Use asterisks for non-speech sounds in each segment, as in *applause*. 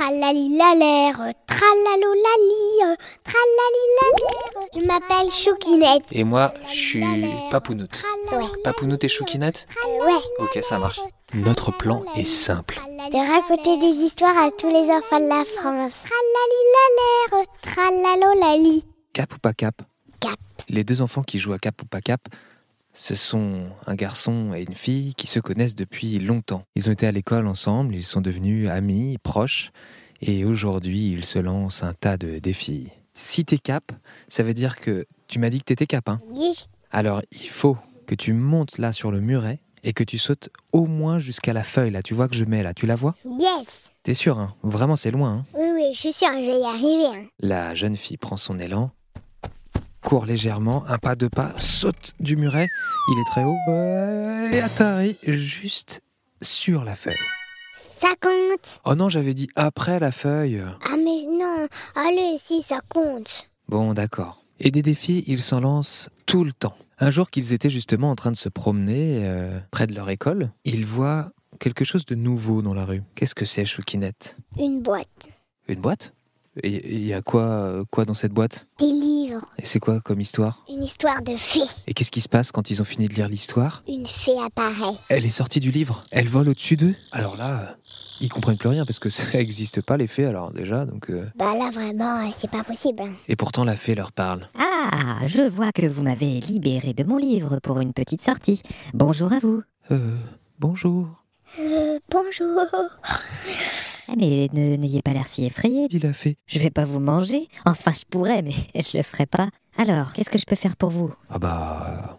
Tralali la l'air, tralalou la tralali Je m'appelle Choukinette. Et moi, je suis Papounoute. Ouais. Papounoute et Choukinette Euh, ouais, Ok, ça marche. Notre plan est simple. de raconter des histoires à tous les enfants de la France. Tralali la l'air, tralalou lali. Cap ou pas cap Cap. Les deux enfants qui jouent à cap ou pas cap, ce sont un garçon et une fille qui se connaissent depuis longtemps. Ils ont été à l'école ensemble, ils sont devenus amis, proches, et aujourd'hui ils se lancent un tas de défis. Si t'es cap, ça veut dire que tu m'as dit que t'étais cap, hein Oui, Alors il faut que tu montes là sur le muret et que tu sautes au moins jusqu'à la feuille là. Tu vois que je mets là, tu la vois yes. T'es sûr, hein Vraiment c'est loin, hein Oui, oui, je suis sûre, je vais y arriver. hein. La jeune fille prend son élan, court légèrement, un pas, deux pas, saute du muret. Il est très haut ouais, et atterrit juste sur la feuille. Ça compte. Oh non, j'avais dit après la feuille. Ah, mais non. Allez, si, ça compte. Bon, d'accord. Et des défis, ils s'en lancent tout le temps. Un jour qu'ils étaient justement en train de se promener euh, près de leur école, ils voient quelque chose de nouveau dans la rue. Qu'est-ce que c'est, Choukinette Une boîte. Une boîte Et et il y a quoi, euh, quoi dans cette boîte Des livres. Et c'est quoi comme histoire Une histoire de fée. Et qu'est-ce qui se passe quand ils ont fini de lire l'histoire Une fée apparaît. Elle est sortie du livre, elle vole au-dessus d'eux. Alors là, euh, ils comprennent plus rien parce que *laughs* ça n'existe pas les faits alors déjà. Donc euh, Bah là, vraiment, euh, c'est pas possible. hein. et pourtant la fée leur parle. Ah, je vois que vous m'avez libéré de mon livre pour une petite sortie. Bonjour à vous. Euh, bonjour, Euh, bonjour. Ah, Mais ne- n'ayez pas l'air si effrayé. dit la fée. Je vais pas vous manger. Enfin, je pourrais, mais *laughs* je le ferai pas. Alors, qu'est-ce que je peux faire pour vous Ah bah.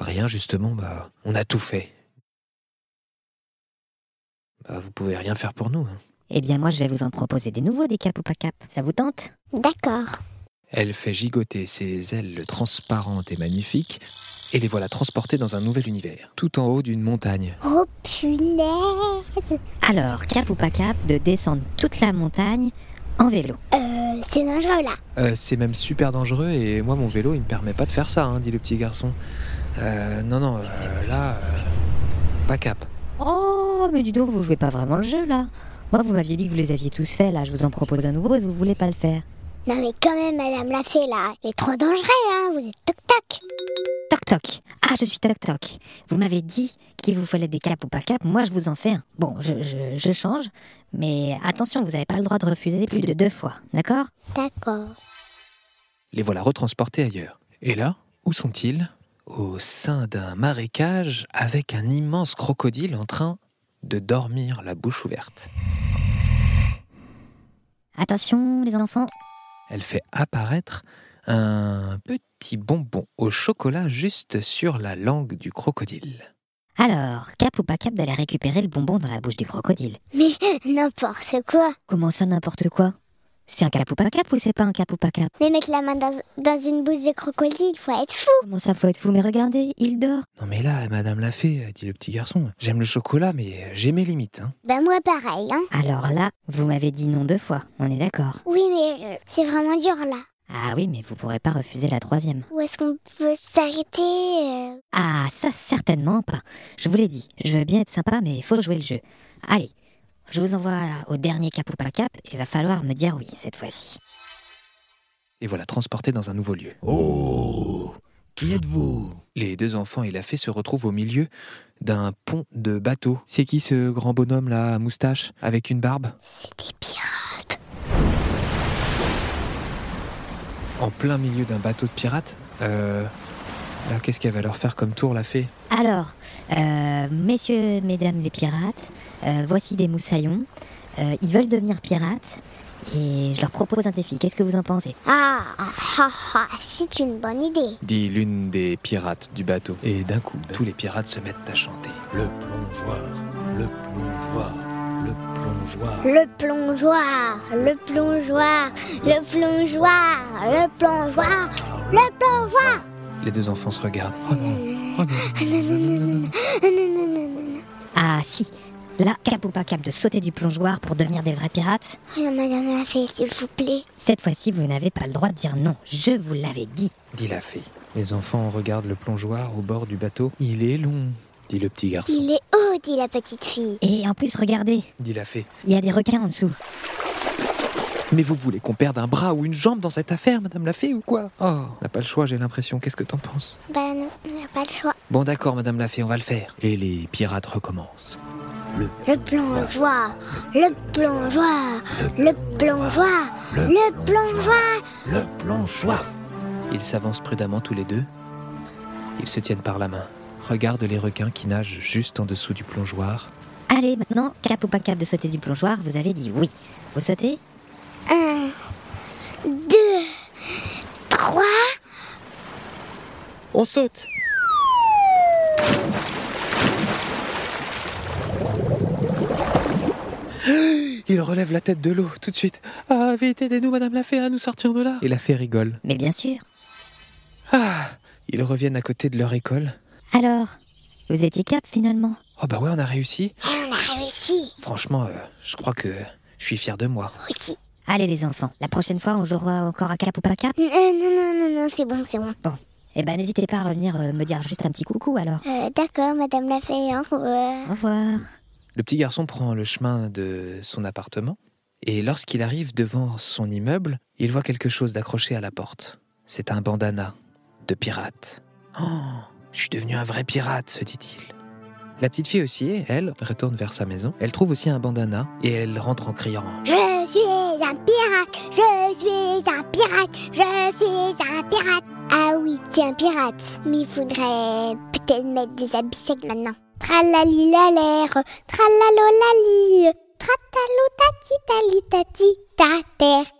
euh, Rien justement, bah. On a tout fait. Bah, vous pouvez rien faire pour nous. hein. Eh bien, moi, je vais vous en proposer des nouveaux, des cap ou pas cap. Ça vous tente D'accord. Elle fait gigoter ses ailes transparentes et magnifiques, et les voilà transportées dans un nouvel univers, tout en haut d'une montagne. Oh punaise. Alors, cap ou pas cap de descendre toute la montagne en vélo. Euh, c'est dangereux là. Euh, c'est même super dangereux, et moi, mon vélo, il me permet pas de faire ça, hein, dit le petit garçon. Euh, non, non, euh, là. euh, pas cap. Oh, mais dis donc, vous jouez pas vraiment le jeu, là. Moi, vous m'aviez dit que vous les aviez tous faits, là. Je vous en propose un nouveau et vous voulez pas le faire. Non mais quand même, madame la fée là, il est trop dangereux, hein. Vous êtes toc toc. Toc toc. Ah, je suis toc toc. Vous m'avez dit qu'il vous fallait des caps ou pas caps. Moi, je vous en fais un. Bon, je, je- je change. Mais attention, vous n'avez pas le droit de refuser plus de deux fois. D'accord D'accord. Les voilà retransportés ailleurs. Et là, où sont-ils Au sein d'un marécage avec un immense crocodile en train de dormir la bouche ouverte. Attention, les enfants. Elle fait apparaître un petit bonbon au chocolat juste sur la langue du crocodile. Alors, cap ou pas cap d'aller récupérer le bonbon dans la bouche du crocodile Mais *laughs* n'importe quoi. Comment ça, n'importe quoi C'est un cap ou pas cap ou c'est pas un cap ou pas cap Mais mettre la main dans, dans une bouche de crocodile, faut être fou. Comment ça, faut être fou Mais regardez, il dort. Non mais là, Madame la Fée, dit le petit garçon, j'aime le chocolat, mais j'ai mes limites. hein. Bah moi pareil, hein. Alors là, vous m'avez dit non deux fois. On est d'accord. Oui mais euh, c'est vraiment dur là. Ah oui, mais vous pourrez pas refuser la troisième. Où est-ce qu'on peut s'arrêter euh Ah, ça certainement pas. Je vous l'ai dit, je veux bien être sympa, mais il faut jouer le jeu. Allez, je vous envoie au dernier cap ou pas cap, et va falloir me dire oui cette fois-ci. Les voilà transportés dans un nouveau lieu. Oh Qui êtes-vous Les deux enfants et la fée se retrouvent au milieu d'un pont de bateau. C'est qui ce grand bonhomme là, à moustache, avec une barbe C'est des pirates. en plein milieu d'un bateau de pirates. Euh, là, qu'est-ce qu'elle va leur faire comme tour, la fée Alors, euh, messieurs, mesdames les pirates, euh, voici des moussaillons. Euh, ils veulent devenir pirates, et je leur propose un défi. Qu'est-ce que vous en pensez Ah, ah, ah, ah, c'est une bonne idée. dit l'une des pirates du bateau. Et d'un coup, tous les pirates se mettent à chanter. Le plongeoir, le plongeoir, le plongeoir. Le plongeoir, le plongeoir, le plongeoir, le plongeoir, le plongeoir. Les deux enfants se regardent. Oh non, oh non, Non, non, non, non, non, non, non, non, non, non. Ah si, là, cap ou pas cap de sauter du plongeoir pour devenir des vrais pirates, Oh, Madame la fée, s'il vous plaît. cette fois-ci, vous n'avez pas le droit de dire non. Je vous l'avais dit. dit la fée. Les enfants regardent le plongeoir au bord du bateau. Il est long, dit le petit garçon. Il est haut, nous, dit la petite fille. Et en plus, regardez, dit la fée. il y a des requins en dessous. Mais vous voulez qu'on perde un bras ou une jambe dans cette affaire, madame la fée, ou quoi Oh, on n'a pas le choix, j'ai l'impression. Qu'est-ce que t'en penses Ben non, on n'a pas le choix. Bon, d'accord, madame la fée, on va le faire. Et les pirates recommencent. Le plongeoir, le plongeoir, le plongeoir, le plongeoir. Le plongeoir. Ils s'avancent prudemment tous les deux. Ils se tiennent par la main. Regardent les requins qui nagent juste en dessous du plongeoir. Allez, maintenant, cap ou pas cap de sauter du plongeoir, vous avez dit oui. Vous sautez Un, deux, trois. On saute *gasps* Il relève la tête de l'eau tout de suite. Ah, vite, aidez-nous, madame la fée, à nous sortir de là Et la fée rigole. Mais bien sûr. Ah Ils reviennent à côté de leur école. Alors, vous étiez cap finalement Oh bah ouais, on a réussi. Et on a réussi. Franchement, euh, je crois que je suis fier de moi. Aussi. Allez les enfants, la prochaine fois on jouera encore à cap ou pas cap Euh, non, non, non, non, c'est bon, c'est bon. Eh ben n'hésitez pas à revenir euh, me dire juste un petit coucou alors. Euh, D'accord, Madame la Fée. hein, euh, Au revoir. Le petit garçon prend le chemin de son appartement et lorsqu'il arrive devant son immeuble, il voit quelque chose d'accroché à la porte. C'est un bandana de pirate. Oh, je suis devenu un vrai pirate, se dit-il. La petite fille aussi, elle, retourne vers sa maison. Elle trouve aussi un bandana et elle rentre en criant. Je suis un pirate, je suis un pirate, je suis un pirate. Ah oui, t'es un pirate, mais il faudrait peut-être mettre des habits secs maintenant. Tralalilalère, tralalolali, tratalou tati tali tati ta terre,